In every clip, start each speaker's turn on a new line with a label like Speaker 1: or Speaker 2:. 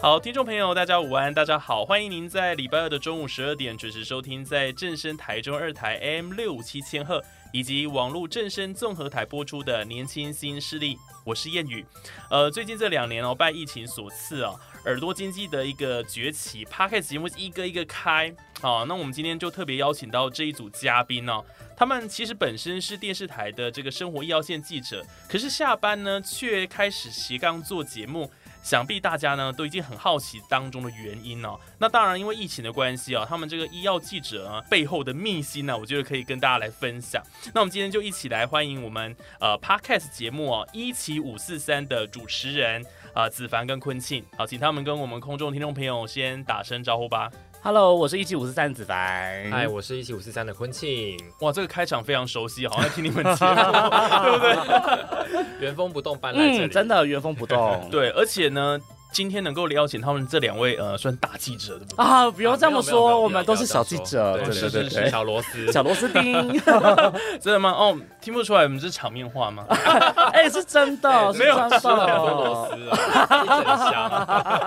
Speaker 1: 好，听众朋友，大家午安，大家好，欢迎您在礼拜二的中午十二点准时收听在正声台中二台 AM 六七千赫以及网络正声综合台播出的《年轻新势力》，我是谚语。呃，最近这两年哦，拜疫情所赐啊，耳朵经济的一个崛起 p o c a s t 节目一个一个开啊。那我们今天就特别邀请到这一组嘉宾哦、他们其实本身是电视台的这个生活一号线记者，可是下班呢却开始斜杠做节目，想必大家呢都已经很好奇当中的原因哦。那当然，因为疫情的关系哦，他们这个医药记者、啊、背后的秘辛呢、我觉得可以跟大家来分享。那我们今天就一起来欢迎我们呃 Podcast 节目哦一七五四三的主持人啊、呃子凡跟坤庆，好，请他们跟我们空中听众朋友先打声招呼吧。
Speaker 2: Hello，我是一七五四三子凡。
Speaker 3: 嗨，哎我是一七五四三的坤庆，
Speaker 1: 哇，这个开场非常熟悉，好像在听你们节目，对不对？
Speaker 3: 原封不动搬来这里，
Speaker 2: 嗯，真的原封不动。
Speaker 1: 对，而且呢，今天能够邀请他们这两位，呃，算大记者，对不对？
Speaker 2: 啊，不
Speaker 3: 不
Speaker 2: 用这么说，我们都是小记者，对对
Speaker 3: 是是
Speaker 2: 对
Speaker 3: 是
Speaker 2: 对，
Speaker 3: 小螺 丝，
Speaker 2: 小螺丝钉。
Speaker 1: 真的吗？哦，听不出来我们是场面话吗？
Speaker 2: 哎，是真的，是
Speaker 1: 没有
Speaker 2: 真
Speaker 3: 吃了很多螺
Speaker 2: 的。
Speaker 3: 丝啊，一整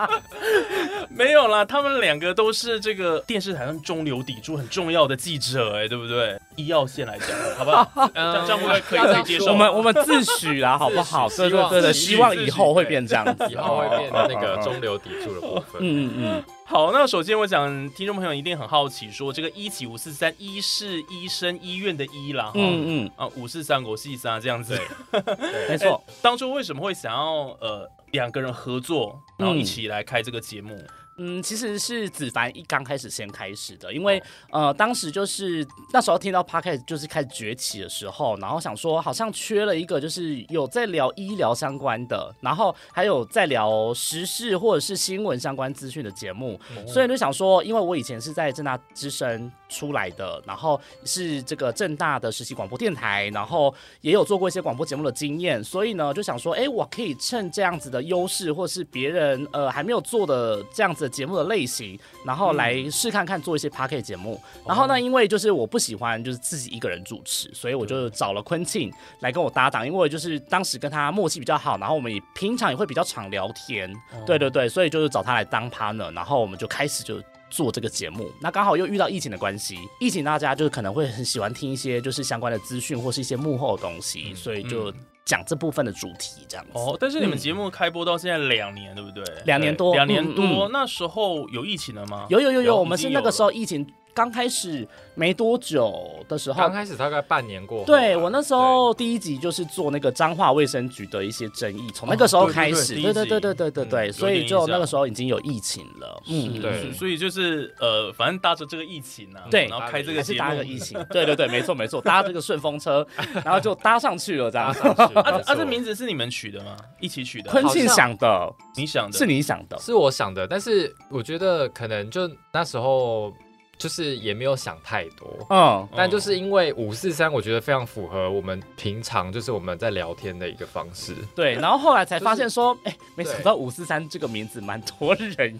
Speaker 3: 箱。
Speaker 1: 没有啦，他们两个都是这个电视台上中流砥柱很重要的记者、哎，对不对？医药线来讲，好不 好？这样这样会不会可以可以接受
Speaker 2: 我们我们自诩啦，好不好？
Speaker 3: 自
Speaker 2: 对
Speaker 3: 诩
Speaker 2: 对对对，
Speaker 3: 希
Speaker 2: 希
Speaker 3: 望
Speaker 2: 望
Speaker 3: 自诩
Speaker 2: 以后会变这样子，
Speaker 3: 以后 会变那个中流砥柱的部分。
Speaker 2: 嗯。嗯嗯
Speaker 1: 好，那首先我想，听众朋友一定很好奇说这个一七五四三一是医生医院的医啦，哈、
Speaker 2: 嗯
Speaker 1: 啊，五四三国四三这样子哎
Speaker 3: 对。
Speaker 2: 嗯，没错。
Speaker 1: 当初为什么会想要呃两个人合作，然后一
Speaker 2: 嗯
Speaker 1: 起来开这个节目？
Speaker 2: 嗯，其实是子凡一刚开始先开始的，因为、呃，当时就是那时候听到 podcast 就是开始崛起的时候，然后想说好像缺了一个，就是有在聊医疗相关的，然后还有在聊时事或者是新闻相关资讯的节目，所以就想说，因为我以前是在正大之声出来的，然后是这个正大的实习广播电台，然后也有做过一些广播节目的经验，所以呢，就想说，哎，我可以趁这样子的优势，或是别人呃还没有做的这样子的节目的类型，然后
Speaker 1: 嗯
Speaker 2: 来试看看做一些 p a r k 节目。
Speaker 1: 哦
Speaker 2: 然后呢，因为就是我不喜欢就是自己一个人主持，所以我就找了昆庆来跟我搭档，因为就是当时跟他默契比较好，然后我们也平常也会比较常聊天，
Speaker 1: 哦
Speaker 2: 对对对，所以就是找他来当 partner，然后我们就开始就做这个节目。那刚好又遇到疫情的关系，疫情大家就是可能会很喜欢听一些就是相关的资讯或是一些幕后的东西，所以就讲这部分的主题这样子。
Speaker 1: 嗯哦，但是你们节目开播到现在两年，对不对？
Speaker 2: 嗯两年多，
Speaker 1: 两年
Speaker 2: 嗯
Speaker 1: 多，
Speaker 2: 嗯
Speaker 1: 那时候有疫情了吗？
Speaker 2: 有有有
Speaker 1: 有
Speaker 2: 有，我
Speaker 1: 已
Speaker 2: 们是
Speaker 1: 经
Speaker 2: 那
Speaker 1: 有
Speaker 2: 个时候疫情刚开始没多久的时候
Speaker 3: 刚。开始大概半年过后吧，
Speaker 2: 对我那时候第一集就是做那个彰化卫生局的一些争议，从那个时候
Speaker 1: 哦对对
Speaker 2: 开始，
Speaker 1: 对第
Speaker 2: 对对
Speaker 1: 一
Speaker 2: 对
Speaker 1: 集
Speaker 2: 对对对
Speaker 1: 嗯有
Speaker 2: 对，所以
Speaker 1: 点
Speaker 2: 就
Speaker 1: 印
Speaker 2: 那个
Speaker 1: 象
Speaker 2: 时候已经有疫情了，嗯，
Speaker 3: 对
Speaker 1: 是所以就是呃，反正搭着这个疫情啊，
Speaker 2: 对
Speaker 1: 然后开这个
Speaker 2: 还是
Speaker 1: 节
Speaker 2: 搭个疫
Speaker 1: 目。
Speaker 2: 情，对对 对，没错没错，搭这个顺风车，然后就搭上去了这
Speaker 3: 搭
Speaker 2: 样。
Speaker 3: 上去，
Speaker 1: 啊
Speaker 3: 没错
Speaker 1: 啊！这名字是你们取的吗？一起取的啊？
Speaker 2: 昆
Speaker 3: 好
Speaker 2: 庆
Speaker 3: 像
Speaker 2: 想的
Speaker 1: 你想的？
Speaker 2: 是你想的，
Speaker 3: 是我想的，但是我觉得可能就那时候就是也没有想太多。
Speaker 2: 嗯，
Speaker 3: 但就是因为五四三，我觉得非常符合我们平常就是我们在聊天的一个方式。
Speaker 2: 对。然后后来才发现说，哎，没
Speaker 3: 对
Speaker 2: 想到五四三这个名字蛮多 人，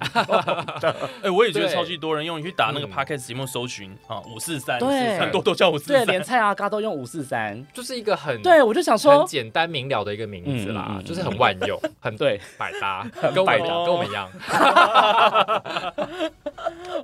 Speaker 1: 哎，我也觉得
Speaker 3: 对
Speaker 1: 超级多人用，你去打那个
Speaker 3: 嗯
Speaker 1: podcast 节目搜寻啊，五四三，
Speaker 2: 对
Speaker 1: 很多都叫五四
Speaker 2: 对，
Speaker 1: 三。
Speaker 2: 连蔡阿嘎都用五四三，
Speaker 3: 就是一个很
Speaker 2: 对我就想
Speaker 3: 很
Speaker 2: 说，
Speaker 3: 简单明了的一个名字啦，
Speaker 2: 嗯嗯嗯
Speaker 3: 就是很万 用，很
Speaker 2: 对，
Speaker 3: 百搭，跟我们
Speaker 2: 百
Speaker 3: 一
Speaker 2: 搭
Speaker 3: 样，跟我们一样，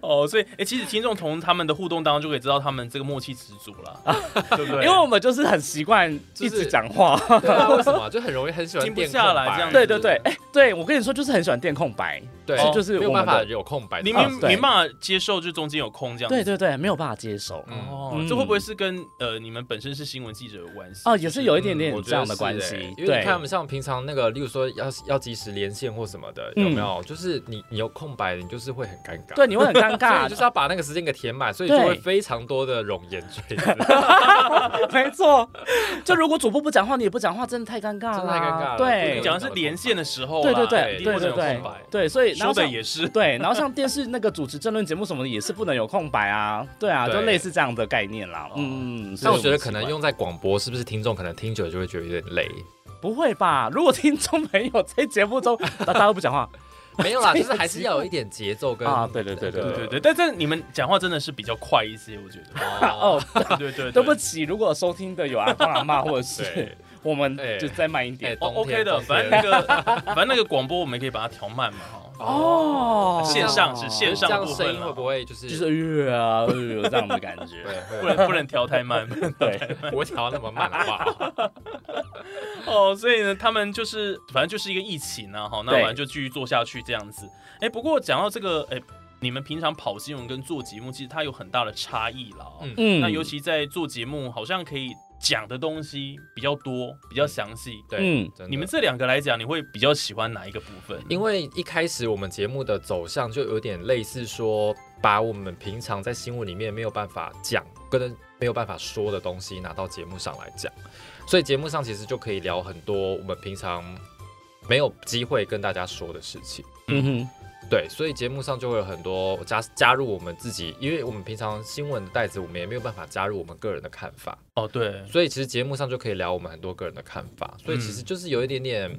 Speaker 1: 哦，所以哎，其实听众从他们的互动当中就可以知道他们这个默契十足 了，对不对？
Speaker 2: 啊因为我们就是很习惯一
Speaker 3: 就是
Speaker 2: 直讲话，
Speaker 3: 对啊，为什么就很容易很喜欢
Speaker 1: 停不
Speaker 3: 电
Speaker 1: 下
Speaker 3: 空
Speaker 1: 来这样
Speaker 3: 白？
Speaker 1: 子
Speaker 2: 对对对，哎，对我跟你说，就是很喜欢电空白，
Speaker 3: 对
Speaker 1: 哦，
Speaker 2: 就是
Speaker 3: 没有
Speaker 2: 我们
Speaker 3: 办法
Speaker 2: 的
Speaker 3: 有空白的
Speaker 1: 你
Speaker 3: 地
Speaker 1: 没
Speaker 3: 方。
Speaker 2: 们
Speaker 1: 没
Speaker 2: 啊对
Speaker 1: 没办法接受，就中间有空这样。
Speaker 2: 对对对，没有办法接受。
Speaker 3: 嗯
Speaker 1: 哦
Speaker 2: 嗯，
Speaker 1: 这会不会是跟呃你们本身是新闻记者有关系？
Speaker 2: 哦，也是有一点
Speaker 3: 嗯我
Speaker 2: 点
Speaker 3: 觉
Speaker 2: 这样
Speaker 3: 得
Speaker 2: 的
Speaker 3: 是
Speaker 2: 关
Speaker 3: 欸
Speaker 2: 系。
Speaker 3: 因为
Speaker 2: 对
Speaker 3: 你看我们像平常那个，例如说要要及时连线或什么的，有没有？就是你你有空白，你就是会很尴尬。
Speaker 2: 嗯对，你会很尴
Speaker 3: 所以
Speaker 2: 尬
Speaker 3: 你就，是要把那个时间给填满，所以就
Speaker 2: 对
Speaker 3: 会非常多的容颜 垂直。
Speaker 2: 没错。就如果主播不讲话，你也不讲话，真的太尴尬了，
Speaker 3: 真的太尴尬了
Speaker 2: 对
Speaker 1: 你讲的是连线的时候啦，
Speaker 2: 对对
Speaker 1: 哎
Speaker 2: 对
Speaker 1: 一定
Speaker 2: 对
Speaker 1: 会
Speaker 2: 对
Speaker 1: 有
Speaker 2: 对
Speaker 1: 空白
Speaker 2: 对，所以然
Speaker 1: 说
Speaker 2: 后
Speaker 1: 的
Speaker 2: 像
Speaker 1: 也是。
Speaker 2: 对，然后像电视那个主持政论节目什么的，也是不能有空白啊。对啊，
Speaker 3: 对
Speaker 2: 就类似这样的概念啦。嗯，所
Speaker 3: 但
Speaker 2: 以
Speaker 3: 我觉得
Speaker 2: 们
Speaker 3: 可
Speaker 2: 习
Speaker 3: 能
Speaker 2: 惯
Speaker 3: 用在广播，是不是听众可能听久了就会觉得有点累？
Speaker 2: 不会吧？如果听众朋友在节目中，大家都不讲话，
Speaker 3: 没有 啦，就是还是要有一点节奏跟
Speaker 2: 啊对对对
Speaker 1: 对对对，但是你们讲话真的是比较快一些，我觉得。
Speaker 3: 哦，
Speaker 2: 哦，
Speaker 1: 对对，
Speaker 2: 对不起，如果收听的有啊 阿公阿妈或者是
Speaker 3: 对
Speaker 2: 我们
Speaker 3: 哎
Speaker 2: 就再慢一
Speaker 3: 哎
Speaker 2: 点。
Speaker 1: 哦
Speaker 3: 冬天
Speaker 1: ，OK 的，
Speaker 3: 冬天
Speaker 1: 反正那个反正那个广播我们可以把它调慢嘛哈。
Speaker 2: 哦
Speaker 1: 线上是线
Speaker 3: 这
Speaker 1: 上
Speaker 3: 样
Speaker 1: 部
Speaker 3: 声
Speaker 1: 分
Speaker 3: 音
Speaker 1: 啦
Speaker 3: 会不会就是
Speaker 2: 就是呃呃这样的感觉。
Speaker 3: 对，
Speaker 1: 不
Speaker 3: 会
Speaker 1: 能不能调太慢
Speaker 2: 对，
Speaker 3: 不会调那么慢好不好？
Speaker 1: 哦，所以呢，他们就是反正就是一个疫情啊，哈，那
Speaker 2: 对
Speaker 1: 反正就继续做下去这样子。哎，不过讲到这个，哎，你们平常跑新闻跟做节目，其实它有很大的差异啦。哦
Speaker 3: 嗯
Speaker 2: 嗯
Speaker 1: 那尤其在做节目，好像可以讲的东西比较多，比较详细。
Speaker 3: 对
Speaker 2: 嗯，
Speaker 3: 真的
Speaker 1: 你们这两个来讲，你会比较喜欢哪一个部分？
Speaker 3: 因为一开始我们节目的走向就有点类似说，把我们平常在新闻里面没有办法讲跟没有办法说的东西拿到节目上来讲，所以节目上其实就可以聊很多我们平常没有机会跟大家说的事情。
Speaker 2: 嗯哼，
Speaker 3: 对，所以节目上就会有很多加加入我们自己，因为我们平常新闻的袋子，我们也没有办法加入我们个人的看法，
Speaker 1: 哦，对，
Speaker 3: 所以其实节目上就可以聊我们很多个人的看法，所以其实
Speaker 2: 嗯
Speaker 3: 就是有一点点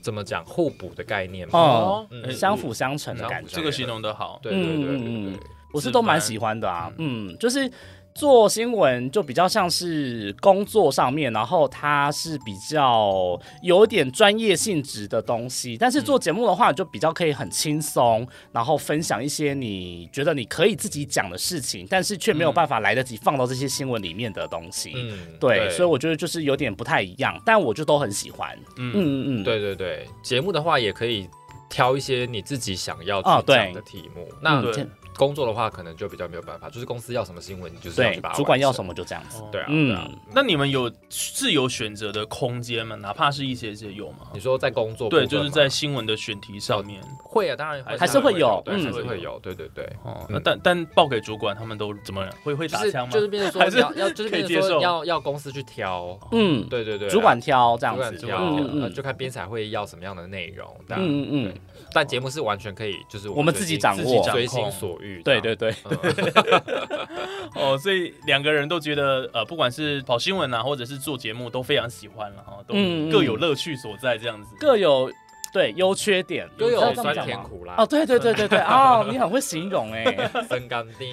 Speaker 3: 怎么讲互补的概念嘛。
Speaker 2: 哦，
Speaker 3: 嗯
Speaker 1: 哎
Speaker 2: 相辅相成的感觉。
Speaker 1: 这个形容的好。
Speaker 3: 对对对对
Speaker 2: 嗯
Speaker 3: 对，
Speaker 2: 我是都蛮喜欢的啊，嗯，就是做新闻就比较像是工作上面，然后它是比较有点专业性质的东西，但是做节目的话就比较可以很轻松，然后分享一些你觉得你可以自己讲的事情，但是却没有办法来得及放到这些新闻里面的东西，
Speaker 3: 嗯
Speaker 2: 对，所以我觉得就是有点不太一样，但我就都很喜欢，嗯
Speaker 1: 嗯，
Speaker 2: 嗯嗯，
Speaker 3: 对对对，节目的话也可以挑一些你自己想要去
Speaker 2: 哦对
Speaker 3: 讲的题目。那
Speaker 1: 对
Speaker 2: 嗯这
Speaker 3: 工作的话，可能就比较没有办法，就是公司要什么新闻，你就是要去
Speaker 2: 对
Speaker 3: 把，它
Speaker 2: 主管
Speaker 3: 完
Speaker 2: 要
Speaker 3: 成
Speaker 2: 什么就这样子，
Speaker 3: 对啊，对啊。
Speaker 2: 嗯，
Speaker 1: 那你们有自由选择的空间吗？哪怕是一些些有吗
Speaker 3: 你？说在工作部
Speaker 1: 对，
Speaker 3: 分
Speaker 1: 就是
Speaker 3: 吗
Speaker 1: 在新闻的选题上面。
Speaker 3: 会啊，当然
Speaker 1: 还是
Speaker 2: 会有
Speaker 3: 对
Speaker 2: 嗯
Speaker 3: 还是会有，对对对。
Speaker 1: 哦，
Speaker 3: 嗯
Speaker 1: 那但但报给主管，他们都怎么了？会会
Speaker 3: 就
Speaker 1: 打
Speaker 3: 是
Speaker 1: 枪吗？
Speaker 3: 就是变成
Speaker 1: 还
Speaker 3: 说
Speaker 1: 是
Speaker 3: 你要要就是
Speaker 1: 可以
Speaker 3: 变
Speaker 1: 接
Speaker 3: 成
Speaker 1: 受
Speaker 3: 说要要公司去挑，
Speaker 2: 嗯，
Speaker 3: 哦对对对，啊
Speaker 2: 主管挑这
Speaker 3: 主
Speaker 2: 样
Speaker 3: 管
Speaker 2: 子，
Speaker 3: 挑，
Speaker 2: 嗯嗯
Speaker 3: 呃
Speaker 2: 嗯
Speaker 3: 就看编采会要什么样的内容，这样
Speaker 2: 嗯嗯嗯
Speaker 3: 对但节目是完全可以，就是
Speaker 2: 我们自己掌握
Speaker 3: 随
Speaker 1: 掌控
Speaker 3: 心所欲，
Speaker 2: 对对对，
Speaker 3: 这样，嗯
Speaker 1: 哦，所以两个人都觉得，呃，不管是跑新闻啊，或者是做节目，都非常喜欢了哦哈，都
Speaker 2: 嗯嗯
Speaker 1: 各有乐趣所在，这样子。
Speaker 2: 各有对优缺点，
Speaker 3: 都
Speaker 2: 你知道
Speaker 3: 有
Speaker 2: 这么
Speaker 3: 酸
Speaker 2: 讲
Speaker 3: 甜
Speaker 2: 吗
Speaker 3: 苦辣
Speaker 2: 哦，，对对对对对，哦，你很会形容哎、
Speaker 3: 生干 丁，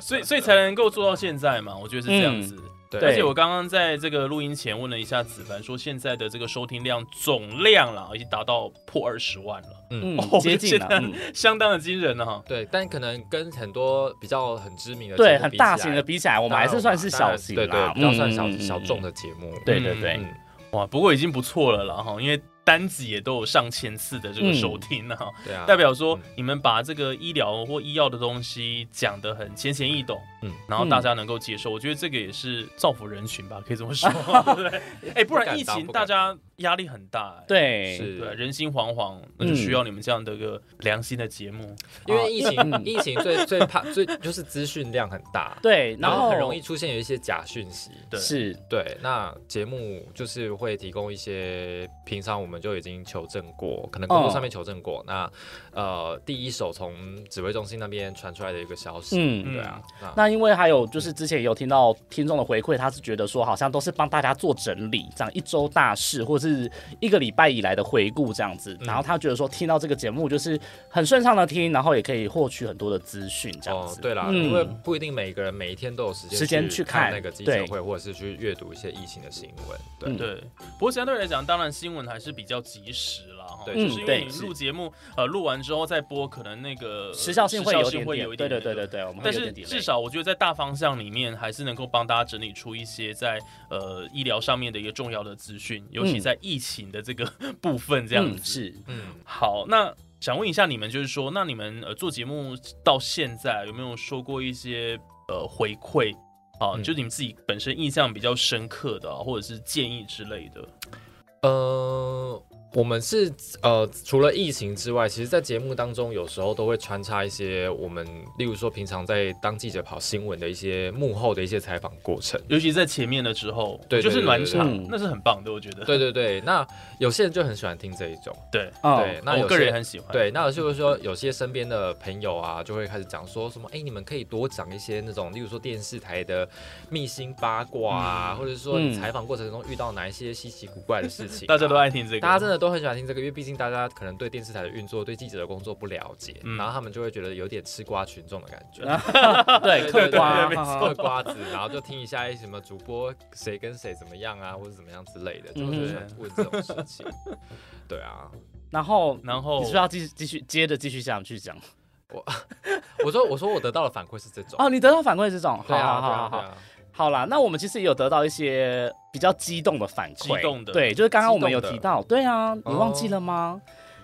Speaker 1: 所以所以才能够做到现在嘛，我觉得是这样子。
Speaker 3: 对
Speaker 1: 而且我刚刚在这个录音前问了一下子凡，说现在的这个收听量总量啦，已经达到破二十万了，
Speaker 2: 嗯
Speaker 1: 哦，
Speaker 2: 接近了，
Speaker 1: 现在
Speaker 2: 嗯，
Speaker 1: 相当的惊人了啊哈。
Speaker 3: 对，但可能跟很多比较很知名的节目
Speaker 2: 对，很
Speaker 3: 比起来
Speaker 2: 大型的，比起来，我们还是算是小型
Speaker 3: 对对
Speaker 2: 啦，，
Speaker 3: 比较算小
Speaker 2: 嗯嗯嗯
Speaker 3: 小众的节目，
Speaker 2: 对对对，
Speaker 3: 嗯，
Speaker 1: 哇，不过已经不错了啦哈，因为单子也都有上千次的这个
Speaker 2: 嗯
Speaker 1: 收听了哈。
Speaker 3: 对啊，
Speaker 1: 代表说
Speaker 3: 嗯
Speaker 1: 你们把这个医疗或医药的东西讲得很浅显易懂，嗯
Speaker 3: 嗯，
Speaker 1: 然后大家能够接受，我觉得这个也是造福人群吧，可以这么 说，对不对？哎，不然疫情
Speaker 3: 不敢当不
Speaker 1: 大
Speaker 3: 敢
Speaker 1: 家压力很大，哎，
Speaker 2: 对，
Speaker 1: 对，
Speaker 3: 是。
Speaker 1: 人心惶惶，那就需要你们这样的一个良心的节目，
Speaker 3: 因为疫情，
Speaker 2: 嗯
Speaker 3: 疫情最最怕最就是资讯量很大，
Speaker 2: 对，然
Speaker 3: 然后
Speaker 2: 后
Speaker 3: 很容易出现有一些假讯息。
Speaker 1: 对
Speaker 2: 是，
Speaker 3: 对，那节目就是会提供一些平常我们就已经求证过，可能工作上
Speaker 2: 哦
Speaker 3: 面求证过。那呃，第一手从指挥中心那边传出来的一个消息，
Speaker 2: 嗯。
Speaker 3: 对啊，那
Speaker 2: 那因为还有就是之前也有听到听众的回馈，他是觉得说好像都是帮大家做整理，这样一周大事或是一个礼拜以来的回顾这样子，然后他觉得说听到这个节目就是很顺畅的听，然后也可以获取很多的资讯这样
Speaker 3: 哦
Speaker 2: 子。，
Speaker 3: 对啦，
Speaker 2: 嗯
Speaker 3: 因为不一定每一个人每一天都有时间
Speaker 2: 时间去看
Speaker 3: 看那个记者
Speaker 2: 对
Speaker 3: 会，或者是去阅读一些疫情的新闻。对，
Speaker 2: 嗯
Speaker 1: 对。不过相对来讲，当然新闻还是比较及时啦，哈，
Speaker 3: 对
Speaker 1: 就是因为
Speaker 2: 嗯
Speaker 1: 你
Speaker 2: 对
Speaker 1: 录节目，呃，录完之后再播，可能那个
Speaker 2: 时效性会有点
Speaker 1: 会
Speaker 2: 点
Speaker 1: 有，一
Speaker 2: 对
Speaker 1: 点
Speaker 2: 对
Speaker 1: 点
Speaker 2: 对对对，我们会
Speaker 1: 但
Speaker 2: 有
Speaker 1: 是
Speaker 2: 点 delay
Speaker 1: 至少我觉得在大方向里面，还是能够帮大家整理出一些在呃医疗上面的一个重要的资讯，尤其在疫情的这个 部分这样
Speaker 2: 嗯
Speaker 1: 子。
Speaker 2: 是
Speaker 3: 嗯，
Speaker 1: 好，那想问一下你们，就是说，那你们呃做节目到现在有没有说过一些呃回馈？啊，
Speaker 3: 嗯
Speaker 1: 就是你们自己本身印象比较深刻的、啊，或者是建议之类的。
Speaker 3: 呃，我们是呃，除了疫情之外，其实，在节目当中有时候都会穿插一些我们，例如说平常在当记者跑新闻的一些幕后的一些采访过程。
Speaker 1: 尤其在前面的时候，
Speaker 3: 对对
Speaker 1: 就是
Speaker 3: 对
Speaker 1: 暖
Speaker 3: 对
Speaker 1: 场，
Speaker 2: 对
Speaker 1: 那是很棒的，我觉得。
Speaker 3: 对对对，那有些人就很喜欢听这一种，
Speaker 1: 对，
Speaker 2: 哦
Speaker 3: 对，那有
Speaker 1: 我个
Speaker 3: 些
Speaker 1: 人很喜欢。
Speaker 3: 对，那就是说有些身边的朋友啊，就会开始讲说什么，哎、你们可以多讲一些那种，例如说电视台的秘辛八卦啊，或者说你
Speaker 2: 嗯
Speaker 3: 采访过程中遇到哪一些稀奇古怪的事情、
Speaker 1: 嗯
Speaker 3: 啊
Speaker 1: 大家都。爱听这个，
Speaker 3: 大家真的都很喜欢听这个，因为毕竟大家可能对电视台的运作、对记者的工作不了解，
Speaker 1: 嗯
Speaker 3: 然后他们就会觉得有点吃瓜群众的感觉，
Speaker 2: 对嗑
Speaker 1: 对对对
Speaker 2: 啊瓜
Speaker 1: 没
Speaker 3: 嗑
Speaker 2: 哈哈，
Speaker 3: 瓜子，然后就听一下哎什么主播谁跟谁怎么样啊，或者怎么样之类的，就
Speaker 2: 嗯
Speaker 3: 会喜欢问这种事情。对啊，
Speaker 2: 然后
Speaker 1: 然后
Speaker 2: 你是不是要继续继续接着继续下去讲？
Speaker 3: 我说我说我得到的反馈是这种，
Speaker 2: 哦，你得到反馈是这种，
Speaker 3: 对
Speaker 2: 好
Speaker 3: 啊，
Speaker 2: 好
Speaker 3: 对
Speaker 2: 好
Speaker 3: 啊，
Speaker 2: 好
Speaker 3: 对
Speaker 2: 好，
Speaker 3: 啊。
Speaker 2: 好啦，那我们其实也有得到一些比较激动的反馈，
Speaker 1: 激动的哦嗯
Speaker 2: 对，就是刚刚我们有
Speaker 3: 激动的
Speaker 2: 提到，对啊，你忘记了吗？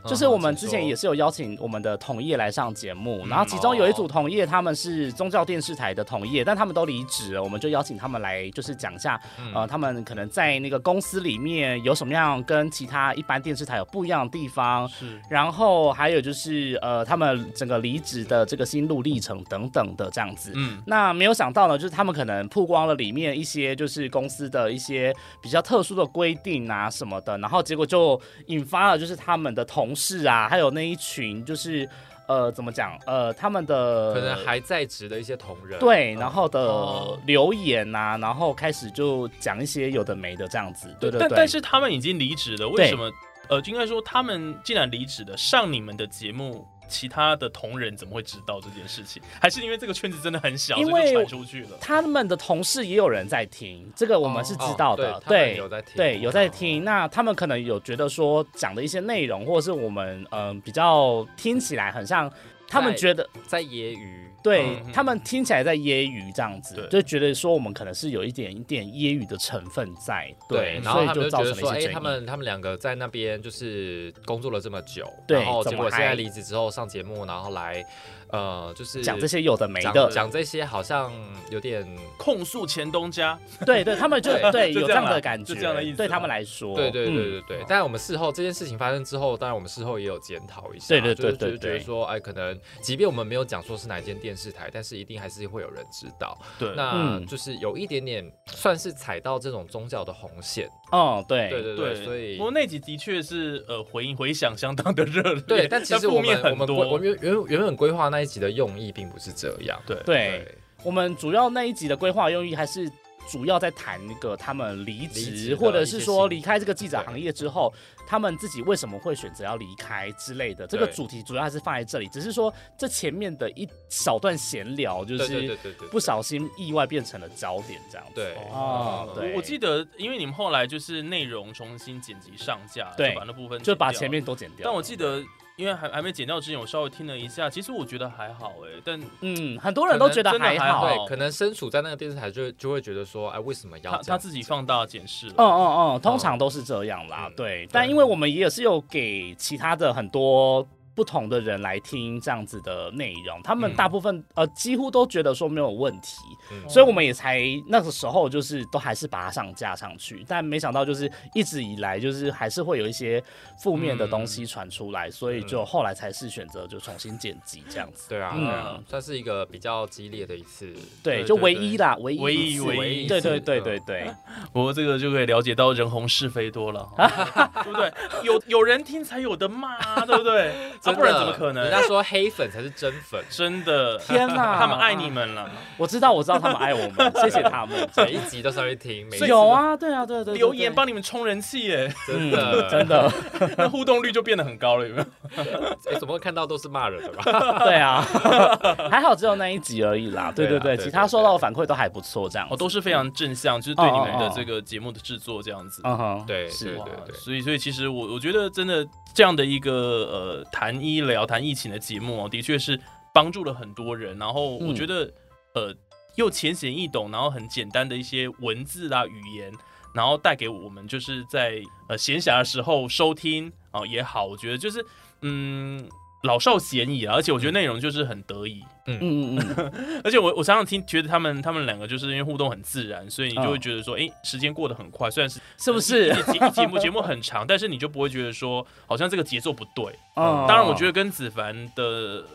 Speaker 2: 就是我们之前也
Speaker 3: 是，
Speaker 2: 是有邀请我们的同业来上节目，
Speaker 1: 嗯
Speaker 2: 然后其中有一组同业他们是宗教电视台的同业，但他们都离职了，我们就邀请他们来就是讲一下，
Speaker 1: 嗯
Speaker 2: 呃，他们可能在那个公司里面有什么样跟其他一般电视台有不一样的地方，
Speaker 1: 是
Speaker 2: 然后还有就是呃他们整个离职的这个心路历程等等的这样子。
Speaker 1: 嗯，
Speaker 2: 那没有想到呢，就是他们可能曝光了里面一些就是公司的一些比较特殊的规定啊什么的，然后结果就引发了就是他们的同事啊，还有那一群就是呃怎么讲呃他们的
Speaker 3: 可能还在职的一些同仁，
Speaker 2: 对，
Speaker 3: 嗯
Speaker 2: 然后的
Speaker 1: 哦
Speaker 2: 留言呐、啊，然后开始就讲一些有的没的这样子，对对对，
Speaker 1: 但但是他们已经离职了，为
Speaker 2: 对
Speaker 1: 什么？呃，应该说他们既然离职了，上你们的节目，其他的同仁怎么会知道这件事情？还是因为这个圈子真的很小，
Speaker 2: 因
Speaker 1: 所以就
Speaker 2: 为
Speaker 1: 传出去了。
Speaker 2: 他们的同事也有人在听，这个我们是知道的，
Speaker 3: 哦对
Speaker 2: 对，
Speaker 3: 他们有在听哦
Speaker 2: 对，有在听。那他们可能有觉得说讲的一些内容，或者是我们嗯、呃比较听起来很像，他们
Speaker 3: 在
Speaker 2: 觉得
Speaker 3: 在揶揄，
Speaker 2: 对、
Speaker 1: 嗯
Speaker 2: 他们听起来在揶揄这样子
Speaker 1: 对，
Speaker 2: 就觉得说我们可能是有一点一点揶揄的成分在，
Speaker 3: 对，然
Speaker 2: 所
Speaker 3: 后
Speaker 2: 以
Speaker 3: 他们就
Speaker 2: 造
Speaker 3: 觉
Speaker 2: 成
Speaker 3: 得
Speaker 2: 了
Speaker 3: 说，
Speaker 2: 一
Speaker 3: 哎，
Speaker 2: 些
Speaker 3: 他
Speaker 2: 争议。
Speaker 3: 们他们两个在那边就是工作了这么久，
Speaker 2: 对
Speaker 3: 然后
Speaker 2: 怎
Speaker 3: 结
Speaker 2: 么
Speaker 3: 果现在
Speaker 2: 还
Speaker 3: 离职之后上节目，然后来呃，就是
Speaker 2: 讲这些有的没
Speaker 3: 讲
Speaker 2: 的，
Speaker 3: 讲这些好像有点，
Speaker 1: 控诉前东家，
Speaker 2: 对对，他们就
Speaker 3: 对
Speaker 2: 对
Speaker 1: 就
Speaker 2: 有
Speaker 1: 这
Speaker 2: 这
Speaker 1: 样
Speaker 2: 样的
Speaker 1: 啦
Speaker 2: 感
Speaker 1: 就
Speaker 2: 觉，
Speaker 1: 这样的意思
Speaker 2: 对
Speaker 1: 啦
Speaker 2: 他们来说，
Speaker 3: 对对
Speaker 2: 嗯
Speaker 3: 对对对。但我们事后这件事情发生之后，当然我们事后也有检讨一下，
Speaker 2: 对对对
Speaker 3: 就是
Speaker 2: 对
Speaker 3: 觉得
Speaker 2: 对
Speaker 3: 说，哎，可能即便我们没有讲说是哪一间电视台，但是一定还是会有人知道。
Speaker 1: 对，
Speaker 3: 那
Speaker 2: 嗯
Speaker 3: 就是有一点点算是踩到这种宗教的红线，
Speaker 2: 哦对
Speaker 3: 对对对，
Speaker 1: 对，
Speaker 3: 所以
Speaker 1: 不过那集的确是呃回应回响相当的热烈，
Speaker 3: 对，但其实
Speaker 1: 负
Speaker 3: 我
Speaker 1: 面
Speaker 3: 们我
Speaker 1: 很
Speaker 3: 们规
Speaker 1: 多，
Speaker 3: 我们原原原本规划那一集的用意并不是这样，
Speaker 1: 对
Speaker 2: 对。我们主要那一集的规划用意还是主要在谈那个他们离
Speaker 3: 离
Speaker 2: 职，
Speaker 3: 职的
Speaker 2: 或者是说离开这个记
Speaker 3: 一
Speaker 2: 者
Speaker 3: 些心
Speaker 2: 行业之后，他们自己为什么会选择要离开之类的。这个
Speaker 3: 对
Speaker 2: 主题主要还是放在这里，只是说这前面的一小段闲聊，就
Speaker 3: 对对
Speaker 2: 是
Speaker 3: 对对对，
Speaker 2: 不小心意外变成了焦点这样子。
Speaker 3: 对
Speaker 2: 哦
Speaker 1: 我
Speaker 2: 对
Speaker 1: 我记得，因为你们后来就是内容重新剪辑上架，
Speaker 2: 对
Speaker 1: 就把那部分
Speaker 2: 就把
Speaker 1: 剪掉
Speaker 2: 前面都剪掉。
Speaker 1: 但我记，得，因为还还没剪掉之前，我稍微听了一下，其实我觉得还好哎、但
Speaker 2: 嗯，很多人都觉得
Speaker 1: 可能真的还
Speaker 2: 好。
Speaker 1: 好
Speaker 3: 对，可能身处在那个电视台就就会觉得说，哎，为什么要
Speaker 1: 他
Speaker 3: 这
Speaker 1: 他
Speaker 3: 样
Speaker 1: 自己放大检视了。
Speaker 2: 嗯嗯嗯，通常都是这样啦，
Speaker 3: 嗯
Speaker 2: 对。但因为我们也是有给其他的很多不同的人来听这样子的内容，他们
Speaker 1: 嗯
Speaker 2: 大部分、呃几乎都觉得说没有问题，
Speaker 3: 嗯
Speaker 2: 所以我们也才那个时候就是都还是把它上架上去。但没想到就是一直以来就是还是会有一些负面的东西传出来，所以就后来才是选择就重新剪辑这样子。
Speaker 3: 对啊，
Speaker 2: 嗯
Speaker 3: 对啊算是一个比较激烈的一次，
Speaker 2: 对，
Speaker 1: 对
Speaker 2: 就
Speaker 1: 对
Speaker 2: 唯一啦，唯一
Speaker 1: 唯一
Speaker 2: 一次
Speaker 1: 唯一
Speaker 2: 对对
Speaker 3: 一次
Speaker 2: 对
Speaker 3: 嗯
Speaker 2: 对对，
Speaker 1: 不过这个就可以了解 到人红是非多了，对不对？有有人听才有的骂，对不对？啊
Speaker 3: 真的，
Speaker 1: 不然怎么可能，
Speaker 3: 人家说黑粉才是真粉
Speaker 1: 真的，
Speaker 2: 天哪
Speaker 1: 他们爱你们了。
Speaker 2: 我知道，我知道他们爱我们，谢谢他们。
Speaker 3: 每一集都稍微听，每一集
Speaker 2: 有啊，对啊，对对对，对
Speaker 1: 留言帮你们冲人气 耶，
Speaker 3: 真
Speaker 2: 嗯
Speaker 3: 的
Speaker 2: 真，的，
Speaker 1: 那互动率就变得很高了，有没有？
Speaker 3: 哎，怎么会看到都是骂人的吧？
Speaker 2: 对啊， 还好只有那一集而已啦。对
Speaker 3: 对
Speaker 2: 对对，
Speaker 3: 啊对
Speaker 2: 其
Speaker 3: 对
Speaker 2: 他收到的反馈都还不错，这样
Speaker 1: 哦，
Speaker 2: 子。
Speaker 1: 都是非常正向，就是对你们
Speaker 2: 哦哦
Speaker 1: 的
Speaker 2: 哦
Speaker 1: 这个节目的制作这样子。
Speaker 2: 嗯哼，
Speaker 3: 对
Speaker 2: 是
Speaker 3: 对
Speaker 2: 啊
Speaker 3: 对对，
Speaker 1: 所以，所以其实我我觉得真的这样的一个呃谈医疗、谈疫情的节目哦，的确是帮助了很多人。然后我
Speaker 2: 嗯
Speaker 1: 觉得、呃又浅显易懂，然后很简单的一些文字啦、语言，然后带给我们就是在呃闲暇的时候收听哦、也好，我觉得就是嗯老少咸宜啊啦，而且我觉得
Speaker 3: 嗯
Speaker 1: 内容就是很得意。
Speaker 2: 嗯嗯嗯，
Speaker 1: 而且我我常常听觉得他们他们两个就是因为互动很自然，所以你就会
Speaker 2: 嗯
Speaker 1: 觉得说，哎、时间过得很快，虽然是。呃
Speaker 2: 是不
Speaker 1: 一
Speaker 2: 是？
Speaker 1: 节节目节目很长，但是你就不会觉得说好像这个节奏不对。
Speaker 2: 嗯，
Speaker 1: 当然，我觉得跟子凡的、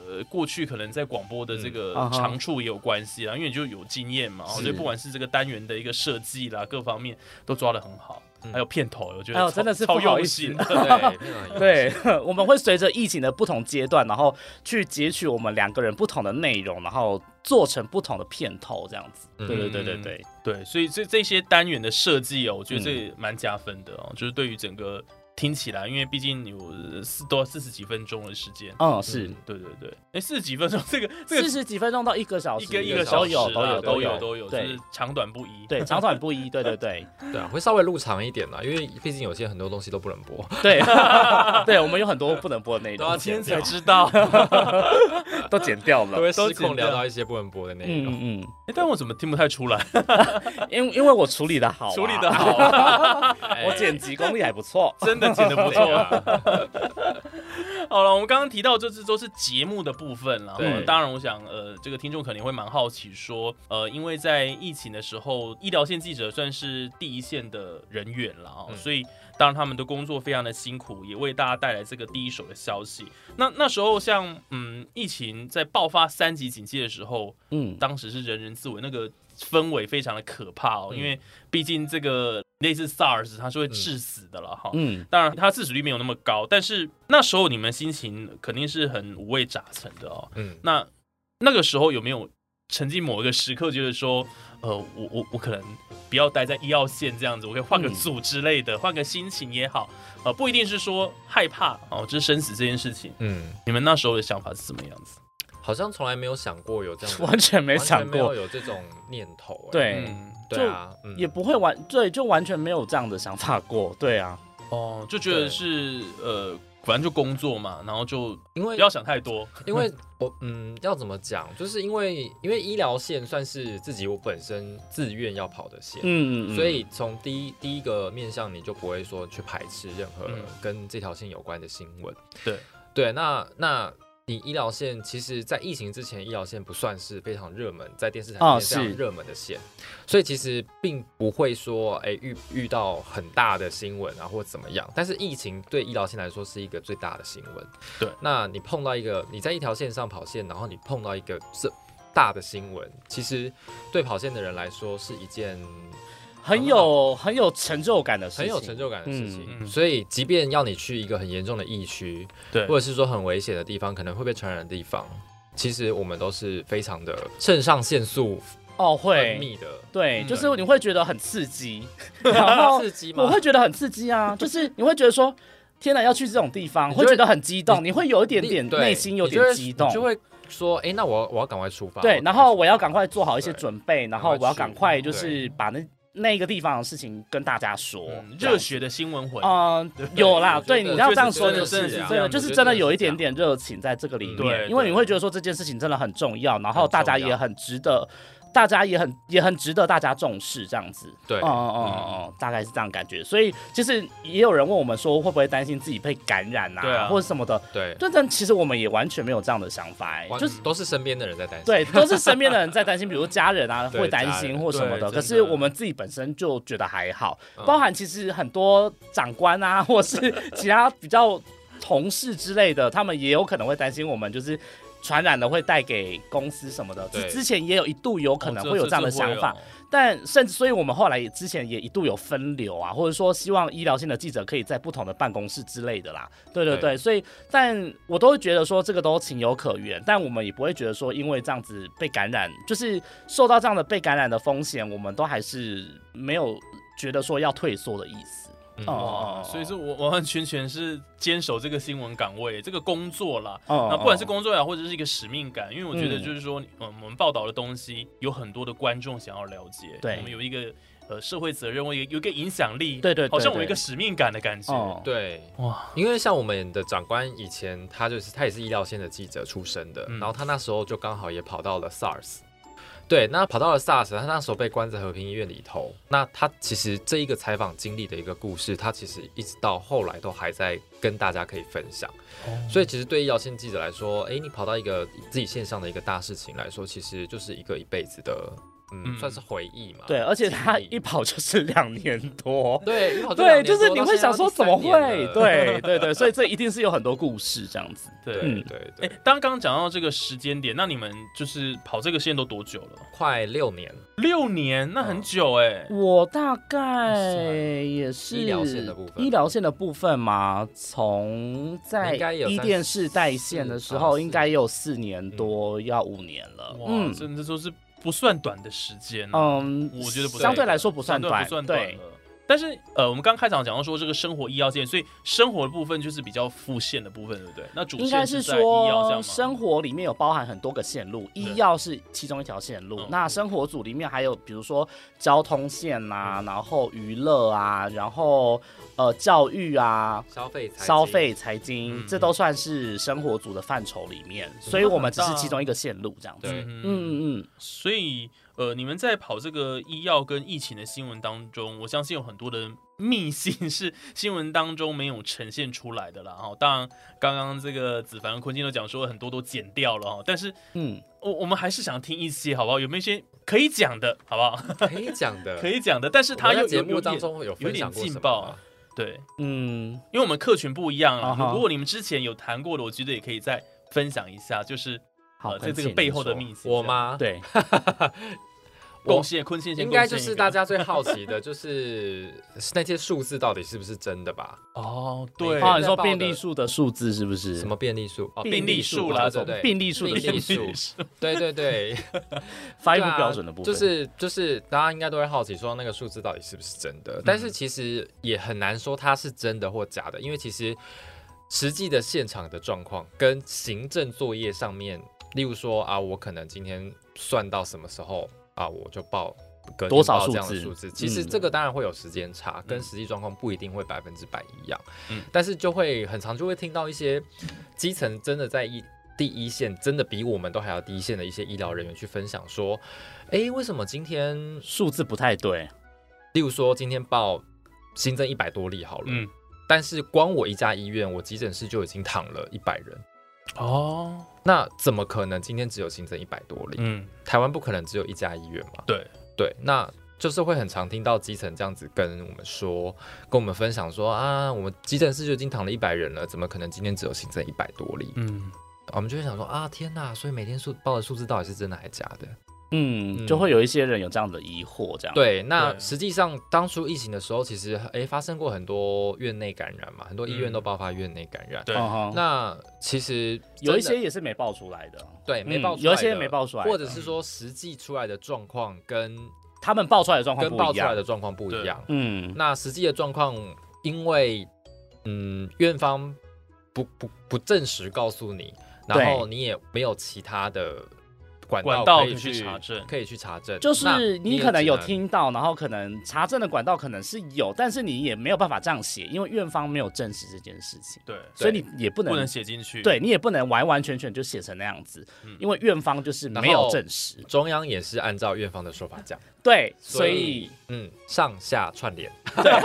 Speaker 1: 呃、过去可能在广播的这个
Speaker 2: 嗯啊哈
Speaker 1: 长处也有关系啦，因为你就有经验嘛，哦所以不管是这个单元的一个设计啦，各方面都抓得很好。
Speaker 3: 嗯
Speaker 1: 还有片头，我觉得
Speaker 2: 哎呦
Speaker 1: 超
Speaker 2: 真的是
Speaker 1: 超
Speaker 2: 不好
Speaker 1: 用
Speaker 2: 意
Speaker 1: 心
Speaker 2: 思。
Speaker 3: 对非常有趣
Speaker 2: 对， 我们会随着疫情的不同阶段，然后去截取我们两个人不同的内容，然后做成不同的片头，这样子。对
Speaker 3: 嗯
Speaker 2: 对对对对，
Speaker 1: 对，所以这这些单元的设计哦，我觉得
Speaker 2: 嗯
Speaker 1: 这蛮加分的哦，就是对于整个听起来，因为毕竟有呃四都要四十几分钟的时间。
Speaker 2: 嗯，是
Speaker 3: 嗯
Speaker 1: 对对对，哎，四十几分钟，这个这个
Speaker 2: 四十几分钟到一个小
Speaker 1: 一
Speaker 2: 时，
Speaker 1: 个一
Speaker 3: 个
Speaker 1: 个
Speaker 3: 小
Speaker 2: 都
Speaker 1: 时
Speaker 2: 有都
Speaker 1: 啦
Speaker 2: 有
Speaker 1: 都有
Speaker 2: 有
Speaker 1: 都有，就
Speaker 2: 对
Speaker 1: 是长短不一。
Speaker 2: 对，长短不一，对对对
Speaker 3: 对啊，会稍微录长一点啦，因为毕竟有些很多东西都不能播。
Speaker 2: 对 对，我们有很多不能播的内
Speaker 3: 都要
Speaker 2: 容，
Speaker 3: 今天
Speaker 2: 剪
Speaker 3: 才
Speaker 2: 掉
Speaker 3: 知道，
Speaker 2: 都剪掉了
Speaker 3: 都。会失
Speaker 1: 都剪
Speaker 3: 控聊
Speaker 1: 掉
Speaker 3: 到一些不能播的内容。
Speaker 2: 嗯嗯
Speaker 1: 哎，但我怎么听不太出来？
Speaker 2: 嗯，因为因为我处理的好啊，
Speaker 1: 处理的好，
Speaker 2: 我剪辑功力还不 错。
Speaker 1: 真的剪 的不
Speaker 3: 对
Speaker 1: 错。
Speaker 3: 啊，
Speaker 1: 好了，我们刚刚提到这次都是节目的部分了。
Speaker 3: 对
Speaker 1: 嗯当然我想，呃，这个听众肯定会蛮好奇说，呃，因为在疫情的时候，医疗线记者算是第一线的人员了哦，
Speaker 3: 嗯
Speaker 1: 所以当然他们的工作非常的辛苦，也为大家带来这个第一手的消息。那那时候像嗯，疫情在爆发三级警戒的时候，
Speaker 2: 嗯，
Speaker 1: 当时是人人自危，那个氛围非常的可怕哦，
Speaker 3: 嗯
Speaker 1: 因为毕竟这个类似 SARS 它是会致死的了哈。
Speaker 2: 嗯，
Speaker 1: 当然，它致死率没有那么高，但是那时候你们心情肯定是很五味杂陈的哦。
Speaker 3: 嗯，
Speaker 1: 那那个时候有没有曾经某一个时刻觉得说，呃，我我我可能不要待在医药线这样子，我可以换个
Speaker 2: 嗯
Speaker 1: 组之类的，换个心情也好，呃，不一定是说害怕哦，就是生死这件事情，
Speaker 3: 嗯，
Speaker 1: 你们那时候的想法是什么样子？
Speaker 3: 好像从来没有想过有这样 的，
Speaker 2: 完全没
Speaker 3: 完全
Speaker 2: 想
Speaker 3: 没有
Speaker 2: 过，
Speaker 3: 有这种念头。哎
Speaker 2: 对
Speaker 1: 嗯，
Speaker 3: 对啊，嗯
Speaker 2: 也不会完，对，就完全没有这样的想法过。对啊，
Speaker 1: 哦，就觉得
Speaker 3: 对
Speaker 1: 是呃，反正就工作嘛，然后就
Speaker 3: 因为
Speaker 1: 不要想太多。
Speaker 3: 因为我嗯，要怎么讲？就是因为因为医疗线算是自己我本身自愿要跑的线，
Speaker 2: 嗯，嗯嗯
Speaker 3: 所以从第一第一个面向，你就不会说去排斥任何
Speaker 1: 嗯
Speaker 3: 跟这条线有关的新闻。
Speaker 1: 对
Speaker 3: 对，那那你医疗线，其实在疫情之前，医疗线不算是非常热门，在电视台
Speaker 2: 哦
Speaker 3: 里面非常
Speaker 2: 是
Speaker 3: 热门的线，所以其实并不会说哎遇遇到很大的新闻啊或怎么样。但是疫情对医疗线来说是一个最大的新闻。
Speaker 1: 对，
Speaker 3: 那你碰到一个你在一条线上跑线，然后你碰到一个这。大的新闻，其实对跑线的人来说是一件
Speaker 2: 很有很有成就感的事情，
Speaker 3: 很有成就感的事情。
Speaker 1: 嗯嗯
Speaker 3: 所以，即便要你去一个很严重的疫区，
Speaker 1: 对
Speaker 3: 或者是说很危险的地方，可能会被传染的地方，其实我们都是非常的肾上腺素
Speaker 2: 哦，
Speaker 3: 分
Speaker 2: 会。
Speaker 3: 泌的。
Speaker 2: 对，
Speaker 1: 嗯
Speaker 2: 就是你会觉得很刺 激，然后
Speaker 3: 刺激吗
Speaker 2: 我会觉得很刺激 啊，就是你会觉得说，天哪，要去这种地方，
Speaker 3: 你就
Speaker 2: 会
Speaker 3: 会
Speaker 2: 觉得很激动，
Speaker 3: 你
Speaker 2: 你会有一点点
Speaker 3: 你对
Speaker 2: 内心有
Speaker 3: 你就会
Speaker 2: 点激动
Speaker 3: 你，就会说，哎、那我我要赶快出发。
Speaker 2: 对，然后我要赶
Speaker 3: 快
Speaker 2: 快做好一些
Speaker 3: 对
Speaker 2: 准备，然后
Speaker 3: 赶快
Speaker 2: 我要
Speaker 3: 去
Speaker 2: 赶快就是把那那个地方的事情跟大家说，
Speaker 1: 嗯
Speaker 2: 这样
Speaker 1: 热血的新闻魂，
Speaker 2: 嗯
Speaker 3: 对，
Speaker 2: 有啦，
Speaker 3: 我觉
Speaker 2: 对，
Speaker 3: 得
Speaker 2: 你要这样说
Speaker 1: 我觉得
Speaker 2: 就
Speaker 1: 真
Speaker 2: 是
Speaker 1: 的是这
Speaker 2: 真
Speaker 1: 样
Speaker 2: 的，
Speaker 1: 子
Speaker 2: 就是真的有一点点热情在这个里
Speaker 3: 嗯
Speaker 1: 对
Speaker 2: 面，因为
Speaker 1: 对
Speaker 2: 你会觉得说这件事情真的很重要，然后
Speaker 3: 很重
Speaker 2: 大
Speaker 3: 要
Speaker 2: 家也很值得，大家也很也很值得大家重视这样子。
Speaker 3: 对
Speaker 2: 哦哦哦哦，大概是这样感觉。所以其实也有人问我们说，会不会担心自己被感染
Speaker 1: 对啊
Speaker 2: 啊，或者什么的？
Speaker 3: 对，
Speaker 2: 对，但其实我们也完全没有这样的想法，哎
Speaker 3: 完
Speaker 2: 就是。
Speaker 3: 都是身边的人在担心。
Speaker 2: 对，都是身边的人在担心，比如家人啊
Speaker 3: 对
Speaker 2: 会担
Speaker 3: 家
Speaker 2: 心
Speaker 3: 人
Speaker 2: 或什么
Speaker 1: 对
Speaker 2: 的。可
Speaker 1: 真
Speaker 2: 是
Speaker 1: 的
Speaker 2: 我们自己本身就觉得还好，
Speaker 3: 嗯
Speaker 2: 包含其实很多长官啊， 或是其他比较同事之类的，他们也有可能会担心我们就是。传染了会带给公司什么的。之
Speaker 3: 对
Speaker 2: 之前也有一度有可能
Speaker 3: 哦
Speaker 2: 会有这样的想法，，但甚至所以我们后来也之前也一度有分流啊，或者说希望医疗性的记者可以在不同的办公室之类的啦。对对对，
Speaker 3: 对
Speaker 2: 所以但我都会觉得说这个都情有可原，但我们也不会觉得说因为这样子被感染，就是受到这样的被感染的风险，我们都还是没有觉得说要退缩的意思。
Speaker 3: 嗯
Speaker 2: 哦
Speaker 1: 哇，所以说我完完全全是坚守这个新闻岗位， 这个工作啦。
Speaker 2: 哦
Speaker 1: 那不管是工作呀，或者是一个使命感，因为我觉得就是说，嗯，我们报道的东西有很多的观众想要了解，
Speaker 2: 对
Speaker 1: 我们有一个呃社会责任，我有有一个影响力，
Speaker 2: 对对对
Speaker 1: 好像我有一
Speaker 2: 对
Speaker 1: 个使命感的感觉，
Speaker 2: 哦
Speaker 3: 对，
Speaker 1: 哇，
Speaker 3: 因为像我们的长官以前他就是他也是医疗线的记者出身的，
Speaker 1: 嗯
Speaker 3: 然后他那时候就刚好也跑到了 SARS。对，那跑到了 SARS，他那时候被关在和平医院里头。那他其实这一个采访经历的一个故事，他其实一直到后来都还在跟大家可以分享。
Speaker 2: 哦
Speaker 3: 所以其实对医疗线记者来说，诶，你跑到一个自己线上的一个大事情来说，其实就是一个一辈子的，嗯，
Speaker 1: 嗯
Speaker 3: 算是回忆嘛。
Speaker 2: 对，而啊且他
Speaker 3: 记忆
Speaker 2: 一跑就是两年多。
Speaker 3: 对一跑
Speaker 2: 对，
Speaker 3: 哦两年
Speaker 2: 就是
Speaker 3: 多
Speaker 2: 你
Speaker 3: 到
Speaker 2: 会
Speaker 3: 现在
Speaker 2: 想
Speaker 3: 要
Speaker 2: 说
Speaker 3: 第
Speaker 2: 怎么
Speaker 3: 三年
Speaker 2: 会？
Speaker 3: 了
Speaker 2: 对对对，所以这一定是有很多故事这样子。
Speaker 1: 对。
Speaker 2: 嗯
Speaker 3: 对
Speaker 1: 哎
Speaker 3: 对对，，
Speaker 1: 刚刚讲到这个时间点，那你们就是跑这个线都多久了？
Speaker 3: 快六年了。
Speaker 1: 六年，那
Speaker 2: 哦
Speaker 1: 很久哎、
Speaker 2: 我大概
Speaker 3: 算
Speaker 2: 也是
Speaker 3: 医疗线的部分
Speaker 2: 医疗线的部分嘛，从在
Speaker 3: 应该有
Speaker 2: 一
Speaker 3: 三
Speaker 2: 电视带线的时候，
Speaker 3: 四嗯
Speaker 2: 应该也有四年多，要五年了。
Speaker 1: 哇，
Speaker 2: 嗯
Speaker 1: 真的说是不算短的时间、啊，
Speaker 2: 嗯，
Speaker 1: 我觉得不
Speaker 2: 相
Speaker 1: 算
Speaker 2: 对来说不算
Speaker 1: 相对
Speaker 2: 短，
Speaker 1: 不算短
Speaker 2: 对
Speaker 1: 了。但是呃，我们刚开场讲到说这个生活医药线，所以生活的部分就是比较副线的部分，对不对？那主
Speaker 2: 应
Speaker 1: 线
Speaker 2: 该
Speaker 1: 是在医药这样
Speaker 2: 说
Speaker 1: 吗？
Speaker 2: 生活里面有包含很多个线路，医
Speaker 1: 对
Speaker 2: 药是其中一条线路
Speaker 1: 嗯。
Speaker 2: 那生活组里面还有比如说交通线
Speaker 1: 嗯
Speaker 2: 呐、然后娱乐啊，然后呃教育啊，
Speaker 3: 消费财经
Speaker 2: 消费、财经
Speaker 1: 嗯，
Speaker 2: 这都算是生活组的范畴里面，所以我们只是其中一个线路这样子。
Speaker 3: 嗯对
Speaker 2: 嗯嗯嗯，
Speaker 1: 所以呃，你们在跑这个医药跟疫情的新闻当中，我相信有很多的秘辛 是新闻当中没有呈现出来的啦。哈，当然刚刚这个子凡、坤金都讲说很多都剪掉了哈，但是
Speaker 2: 嗯，
Speaker 1: 我我们还是想听一些好不好？有没有一些可以讲的，好不好？
Speaker 3: 可以讲的，
Speaker 1: 可以讲的，但是他
Speaker 3: 我们
Speaker 1: 又
Speaker 3: 在节
Speaker 1: 有
Speaker 3: 目
Speaker 1: 有
Speaker 3: 当
Speaker 1: 点
Speaker 3: 中有
Speaker 1: 有
Speaker 3: 分
Speaker 1: 点
Speaker 3: 享过
Speaker 1: 劲
Speaker 3: 什么
Speaker 1: 爆
Speaker 3: 吗
Speaker 1: 啊？，对，
Speaker 2: 嗯，
Speaker 1: 因为我们客群不一样
Speaker 2: 啊哈
Speaker 1: 啊。如果你们之前有谈过的，我觉得也可以再分享一下，就是呃
Speaker 2: 好，
Speaker 1: 在这
Speaker 2: 昆
Speaker 1: 个
Speaker 2: 庆
Speaker 1: 背
Speaker 2: 你
Speaker 1: 后的
Speaker 2: 说
Speaker 1: 秘辛。
Speaker 3: 我？吗？，
Speaker 2: 对，
Speaker 3: 我
Speaker 1: 贡献坤先先
Speaker 3: 应
Speaker 1: 贡
Speaker 3: 该
Speaker 1: 献一
Speaker 3: 就
Speaker 1: 个，
Speaker 3: 是大家最好奇的，就是 那些数字到底是不是真的吧？
Speaker 1: 哦，对，
Speaker 2: 哦，
Speaker 3: 啊
Speaker 2: 你说
Speaker 3: 在报
Speaker 2: 病
Speaker 3: 的
Speaker 2: 例数的数字是不是？
Speaker 3: 什么便利数？哦，
Speaker 1: 病例数啦
Speaker 3: 啦，
Speaker 2: 这种
Speaker 3: 对对，
Speaker 2: 病例数的
Speaker 3: 病 例
Speaker 2: 数
Speaker 3: 数， 对对对，
Speaker 2: 发音
Speaker 3: 对
Speaker 2: 不
Speaker 3: 啊
Speaker 2: 标准的部分？
Speaker 3: 就是就是大家应该都会好奇说那个数字到底是不是真
Speaker 2: 嗯
Speaker 3: 的，但是其实也很难说它是真的或假的，因为其实实际的现场的状况跟行政作业上面，例如说啊，我可能今天算到什么时候啊，我就报。隔天
Speaker 2: 多少
Speaker 3: 报
Speaker 2: 数
Speaker 3: 这样的
Speaker 2: 字嗯
Speaker 3: 数字？其实这个当然会有时间差，跟实际状况不一定会百分之百一样。
Speaker 1: 嗯
Speaker 3: 但是就会很常就会听到一些基层真的在一第一线，真的比我们都还要第一线的一些医疗人员去分享说，哎，为什么今天，
Speaker 2: 数字不太对，
Speaker 3: 例如说今天报新增一百多例好了，
Speaker 1: 嗯，
Speaker 3: 但是光我一家医院，我急诊室就已经躺了一百人，
Speaker 1: 哦，
Speaker 3: 那怎么可能今天只有新增一百多例？
Speaker 1: 嗯，
Speaker 3: 台湾不可能只有一家医院嘛？
Speaker 1: 对
Speaker 3: 对，那就是会很常听到基层这样子跟我们说，跟我们分享说啊，我们急诊室就已经躺了一百人了，怎么可能今天只有新增一百多例？
Speaker 1: 嗯，
Speaker 3: 我们就会想说啊，天呐，所以每天数报的数字到底是真的还是假的？
Speaker 2: 嗯，
Speaker 3: 嗯
Speaker 2: 就会有一些人有这样的疑惑，这样。
Speaker 3: 对，那
Speaker 1: 对
Speaker 3: 实际上当初疫情的时候，其实诶发生过很多院内感染嘛，很多医院
Speaker 1: 嗯
Speaker 3: 都爆发院内感染。
Speaker 1: 对
Speaker 2: 嗯哼，
Speaker 3: 那其实
Speaker 2: 有一
Speaker 3: 真的
Speaker 2: 些也是没爆出来的，
Speaker 3: 对没
Speaker 2: 嗯
Speaker 3: 爆出来的、
Speaker 2: 有一些没爆出来的，
Speaker 3: 或者是说实际出来的状况跟
Speaker 2: 他们爆出来的状况
Speaker 3: 跟
Speaker 2: 不
Speaker 3: 爆
Speaker 2: 一
Speaker 3: 出来
Speaker 2: 样
Speaker 3: 的。状况不
Speaker 1: 对
Speaker 3: 一样。
Speaker 2: 嗯，
Speaker 3: 那实际的状况，因为嗯，院方不不不证实告诉你，然后你也没有其他的管
Speaker 1: 管道
Speaker 3: 道可
Speaker 1: 可
Speaker 3: 以
Speaker 1: 以去
Speaker 3: 去
Speaker 1: 查证
Speaker 3: 可以去查证。
Speaker 2: 就
Speaker 3: 那
Speaker 2: 是
Speaker 3: 也
Speaker 2: 你可能有
Speaker 3: 只
Speaker 2: 听到，然后可能查证的管道可能是有，但是你也没有办法这样写，因为院方没有证实这件事情，
Speaker 1: 对，
Speaker 2: 所以你也不能
Speaker 1: 不能写进去，
Speaker 2: 对你也不能完完全全就写成那样子，因为院方就是没
Speaker 3: 然
Speaker 2: 有
Speaker 3: 后
Speaker 2: 证实，
Speaker 3: 中央也是按照院方的说法讲，
Speaker 2: 对，
Speaker 3: 所
Speaker 2: 所
Speaker 3: 以
Speaker 2: 以
Speaker 3: 嗯，上下串 联，对，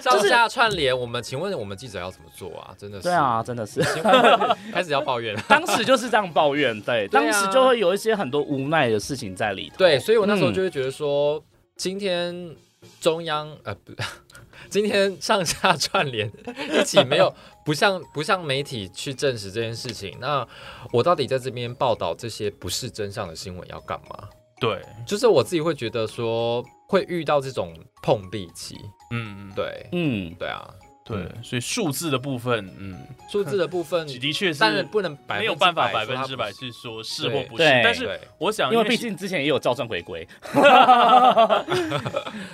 Speaker 3: 上下串联。我们请问我们记者要怎么做啊？真的是
Speaker 2: 对啊，，真的是。
Speaker 3: 请问开始要抱怨了。
Speaker 2: 当时就是这样抱怨，对，
Speaker 3: 对
Speaker 2: 当
Speaker 3: 啊
Speaker 2: 时就会有一些很多无奈的事情在里头。
Speaker 3: 对，所以我那时候
Speaker 2: 嗯
Speaker 3: 就会觉得说，今天中央呃不， 今天上下串联一起没 有不像不像媒体去证实这件事情。那我到底在这边报道这些不是真相的新闻要干嘛？
Speaker 1: 对，
Speaker 3: 就是我自己会觉得说会遇到这种碰壁期，
Speaker 1: 嗯，
Speaker 3: 对
Speaker 2: 嗯，
Speaker 3: 对啊，
Speaker 1: 对，所以数字的部分，嗯，
Speaker 3: 数字的部分
Speaker 1: 的确
Speaker 3: 当然
Speaker 1: 是
Speaker 3: 不能百分
Speaker 1: 没有
Speaker 3: 之
Speaker 1: 办法
Speaker 3: 说
Speaker 1: 百分
Speaker 3: 它
Speaker 1: 之
Speaker 3: 不
Speaker 1: 百
Speaker 3: 是
Speaker 1: 去说是
Speaker 3: 对
Speaker 1: 或不是，
Speaker 2: 对
Speaker 1: 但是
Speaker 3: 对
Speaker 1: 我想，
Speaker 2: 因为
Speaker 1: 是
Speaker 2: 毕竟之前也有照正回归，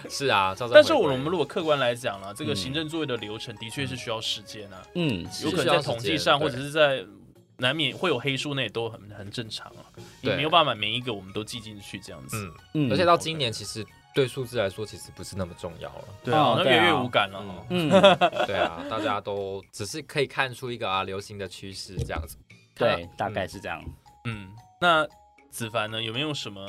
Speaker 3: 是啊，照正
Speaker 1: 但是
Speaker 3: 回
Speaker 1: 我
Speaker 3: 归
Speaker 1: 们如果客观来讲了，这个
Speaker 3: 嗯
Speaker 1: 行政作业的流程的确是需要时间啊，
Speaker 2: 嗯，
Speaker 3: 是
Speaker 1: 有可
Speaker 3: 需
Speaker 1: 能
Speaker 3: 要
Speaker 1: 在
Speaker 3: 时
Speaker 1: 统计
Speaker 3: 间
Speaker 1: 上或者
Speaker 3: 对
Speaker 1: 是在难免会有黑数，那也都很很正常啊，也
Speaker 3: 对
Speaker 1: 没有办法每一个我们都记进去这样子
Speaker 3: 嗯。，
Speaker 2: 嗯
Speaker 3: 而且到
Speaker 1: OK
Speaker 3: 今年其实对数字来说其实不是那么重要了。
Speaker 1: 对啊
Speaker 2: 哦，
Speaker 1: 那
Speaker 2: 对
Speaker 1: 越来
Speaker 2: 啊
Speaker 1: 越无感了哦。
Speaker 2: 嗯，
Speaker 3: 对啊，大家都只是可以看出一个啊流行的趋势这样子。
Speaker 2: 对，大概是这样。
Speaker 1: 嗯，那子凡呢，有没有什么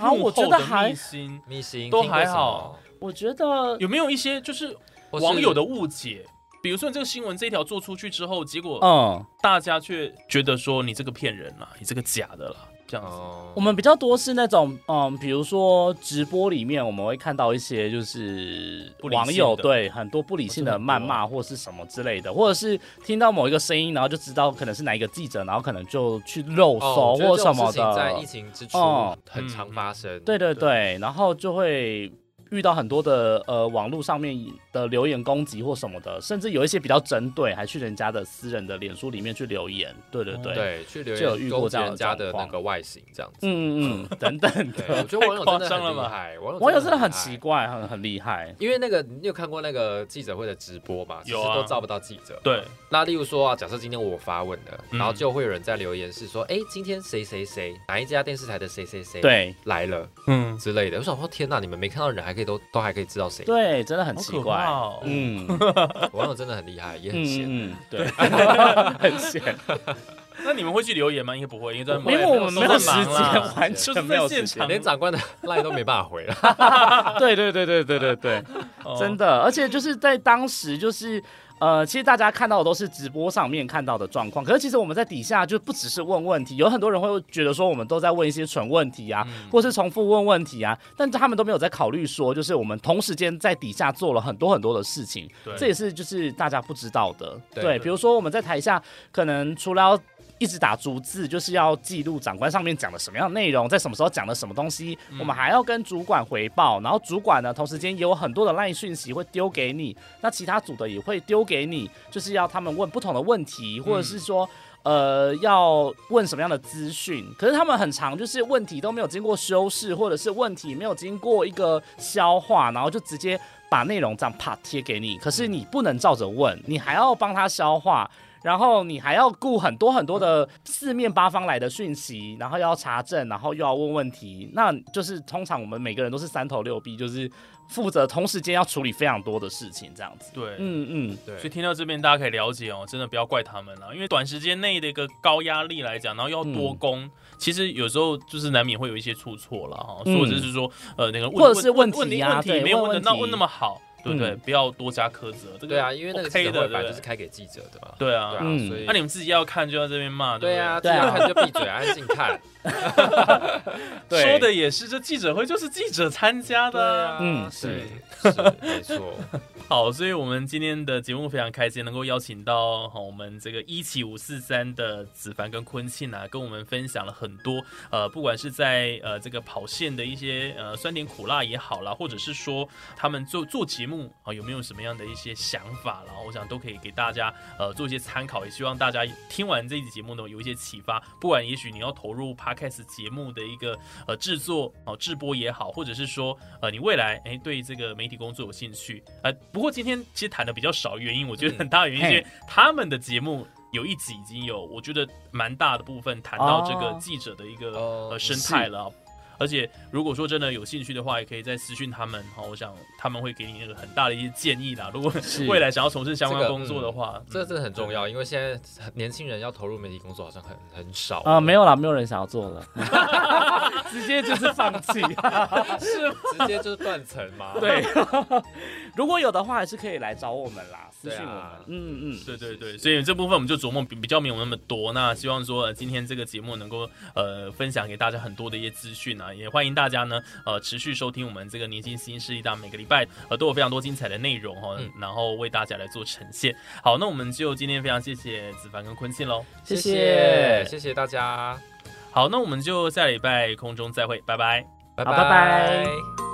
Speaker 2: 啊
Speaker 1: 幕
Speaker 2: 我觉
Speaker 1: 后
Speaker 2: 得
Speaker 1: 的
Speaker 2: 还
Speaker 1: 秘辛？
Speaker 3: 密星
Speaker 1: 都
Speaker 3: 听过
Speaker 1: 还
Speaker 3: 什
Speaker 1: 好
Speaker 2: 我觉得
Speaker 1: 有没有一些就是
Speaker 3: 么，
Speaker 1: 网友的
Speaker 3: 或是
Speaker 1: 误解？比如说你这个新闻这一条做出去之后，结果
Speaker 2: 嗯，
Speaker 1: 大家却觉得说你这个骗人啦，你这个假的啦，这样子。
Speaker 3: 哦
Speaker 2: 我们比较多是那种，嗯，比如说直播里面，我们会看到一些就是
Speaker 1: 不理性的
Speaker 2: 网友对很多不理性的谩骂或是什么之类的，或者是听到某一个声音，然后就知道可能是哪一个记者，然后可能就去肉
Speaker 3: 哦
Speaker 2: 搜
Speaker 3: 我觉得
Speaker 2: 或
Speaker 3: 这
Speaker 2: 什
Speaker 3: 种
Speaker 2: 么
Speaker 3: 事情在
Speaker 2: 的
Speaker 3: 疫。情之初
Speaker 2: 哦
Speaker 3: 很
Speaker 1: 嗯
Speaker 3: 常发生。
Speaker 2: 对对对，然后就会遇到很多的呃网络上面的留言攻击或什么的，甚至有一些比较针对，还去人家的私人的脸书里面去留言。对对对，
Speaker 3: 哦对，去留
Speaker 2: 就有
Speaker 3: 言
Speaker 2: 遇过
Speaker 3: 攻
Speaker 2: 这
Speaker 3: 击
Speaker 2: 样的
Speaker 3: 人家
Speaker 2: 状
Speaker 3: 的那
Speaker 2: 况
Speaker 3: 个外形这样子。
Speaker 2: 嗯嗯嗯，等等
Speaker 3: 对，
Speaker 2: 的
Speaker 3: 我，觉得网友真的
Speaker 1: 太夸张
Speaker 3: 很
Speaker 1: 了
Speaker 3: 厉
Speaker 1: 吧
Speaker 3: 害，网友
Speaker 2: 网友真的很
Speaker 3: 厉害
Speaker 2: 奇。怪，很很厉害。
Speaker 3: 因为那个，你有看过那个记者会的直播嘛？其实
Speaker 1: 有啊
Speaker 3: 都招不到记者。
Speaker 1: 对，
Speaker 3: 那例如说啊，假设今天我发问了，
Speaker 1: 嗯
Speaker 3: 然后就会有人在留言是说，哎、今天谁谁谁哪一家电视台的谁谁谁
Speaker 2: 对
Speaker 3: 来了
Speaker 1: 嗯，
Speaker 3: 之类的。我想说，天呐，你们没看到人还可以都都还可以知道谁？
Speaker 2: 对，真的很
Speaker 1: 好
Speaker 2: 奇
Speaker 1: 可
Speaker 2: 怪。
Speaker 1: 怕哦。
Speaker 2: 嗯
Speaker 3: 网友真的很厉害，也很闲。
Speaker 2: 嗯嗯，对， 很闲，
Speaker 1: 那你们会去留言吗？应该不会，应该在
Speaker 2: 因为我们没有时
Speaker 1: 忙啦
Speaker 2: 间，完
Speaker 1: 就是
Speaker 2: 全没有
Speaker 1: 在现
Speaker 2: 时
Speaker 1: 场
Speaker 2: 间。哎
Speaker 3: 连长官的赖都没办法回了，
Speaker 2: 对对对对对对对，
Speaker 1: 哦
Speaker 2: 真的，而且就是在当时就是。呃，其实大家看到的都是直播上面看到的状况，可是其实我们在底下就不只是问问题，有很多人会觉得说我们都在问一些蠢问题啊，
Speaker 1: 嗯
Speaker 2: 或是重复问问题啊，但他们都没有在考虑说，就是我们同时间在底下做了很多很多的事情，
Speaker 1: 对
Speaker 2: 这也是就是大家不知道的。对，
Speaker 3: 对对
Speaker 2: 比如说我们在台下可能除了要一直打逐字，就是要记录长官上面讲的什么样的内容，在什么时候讲的什么东西，我们还要跟主管回报，然后主管呢，同时间也有很多的赖讯息会丢给你，那其他组的也会丢给你，就是要他们问不同的问题，或者是说。呃，要问什么样的资讯？可是他们很长，就是问题都没有经过修饰，或者是问题没有经过一个消化，然后就直接把内容这样啪贴给你。可是你不能照着问，你还要帮他消化，然后你还要顾很多很多的四面八方来的讯息，然后要查证，然后又要问问题，那就是通常我们每个人都是三头六臂，就是负责同时间要处理非常多的事情，这样子。
Speaker 1: 对，
Speaker 2: 嗯嗯，
Speaker 3: 对
Speaker 1: 所以听到这边，大家可以了解哦，真的不要怪他们了，因为短时间内的一个高压力来讲，然后又要多攻，
Speaker 3: 嗯
Speaker 1: 其实有时候就是难免会有一些出错了哈，
Speaker 2: 嗯
Speaker 1: 或者是说呃那个问
Speaker 2: 或者是
Speaker 1: 问
Speaker 2: 问
Speaker 1: 问
Speaker 2: 题
Speaker 1: 题
Speaker 2: 啊
Speaker 1: 问题
Speaker 2: 对
Speaker 1: 没有
Speaker 2: 问
Speaker 1: 问的那
Speaker 2: 问题
Speaker 1: 问那么好，对不对？
Speaker 2: 嗯
Speaker 1: 不要多加苛责，这个
Speaker 3: 对啊，因为那个记
Speaker 1: OK
Speaker 3: 者
Speaker 1: 的，
Speaker 3: 会本
Speaker 1: 对
Speaker 3: 来
Speaker 1: 不
Speaker 3: 就是
Speaker 1: 对？
Speaker 3: 开给记者的嘛。
Speaker 1: 对啊
Speaker 3: 对，啊，
Speaker 2: 嗯
Speaker 3: 所以
Speaker 1: 那你们自己要看就要这边骂，
Speaker 3: 对
Speaker 1: 不
Speaker 3: 啊，
Speaker 1: 对。
Speaker 3: 记
Speaker 2: 对啊
Speaker 3: 者看就闭嘴，安静看。
Speaker 2: 对
Speaker 1: 说的也是，这记者会就是记者参加
Speaker 3: 对
Speaker 1: 的啊
Speaker 3: 啊，
Speaker 2: 嗯
Speaker 3: 是是没错，
Speaker 1: 好，所以我们今天的节目非常开心，能够邀请到哈我们这个一七五四三的子凡跟坤庆啊，跟我们分享了很多呃，不管是在呃这个跑线的一些呃酸甜苦辣也好啦，或者是说他们做做节目啊、有没有什么样的一些想法啦，我想都可以给大家呃做一些参考，也希望大家听完这一集节目呢有一些启发，不管也许你要投入 podcast 节目的一个呃制作哦、制播也好，或者是说呃你未来哎对这个媒体工作有兴趣，呃不过今天其实谈的比较少，原因我觉得很大的原因是因为他们的节目。有一集已经有，我觉得蛮大的部分谈到这个
Speaker 2: 哦
Speaker 1: 记者的一个、
Speaker 3: 哦
Speaker 1: 呃生态了啊、而且如果说真的有兴趣的话，也可以再私讯他们哈、哦，我想他们会给你那个很大的一些建议啦。如果
Speaker 2: 是
Speaker 1: 未来想要从事相关
Speaker 3: 这个
Speaker 1: 工作的话，嗯
Speaker 3: 这真的很重要，因为现在年轻人要投入媒体工作好像很很少
Speaker 2: 啊、没有啦，没有人想要做 了，直接就是放弃。
Speaker 3: 直接就是断层嘛。
Speaker 2: 对，如果有的话，还是可以来找我们啦，私
Speaker 3: 对啊
Speaker 2: 信我们。嗯嗯，
Speaker 1: 对 对对，所以这部分我们就琢磨比比较没有那么多。那希望说、呃、今天这个节目能够呃分享给大家很多的一些资讯啊，也欢迎大家呢呃持续收听我们这个年轻新势力大，每个礼拜呃都有非常多精彩的内容哦，
Speaker 3: 嗯
Speaker 1: 然后为大家来做呈现。好，那我们就今天非常谢谢子凡跟坤庆喽。
Speaker 2: 谢
Speaker 3: 谢
Speaker 2: 谢，
Speaker 3: 谢谢大家，
Speaker 1: 好，那我们就下礼拜空中再会，拜拜。
Speaker 3: 拜
Speaker 2: 好拜拜
Speaker 3: 拜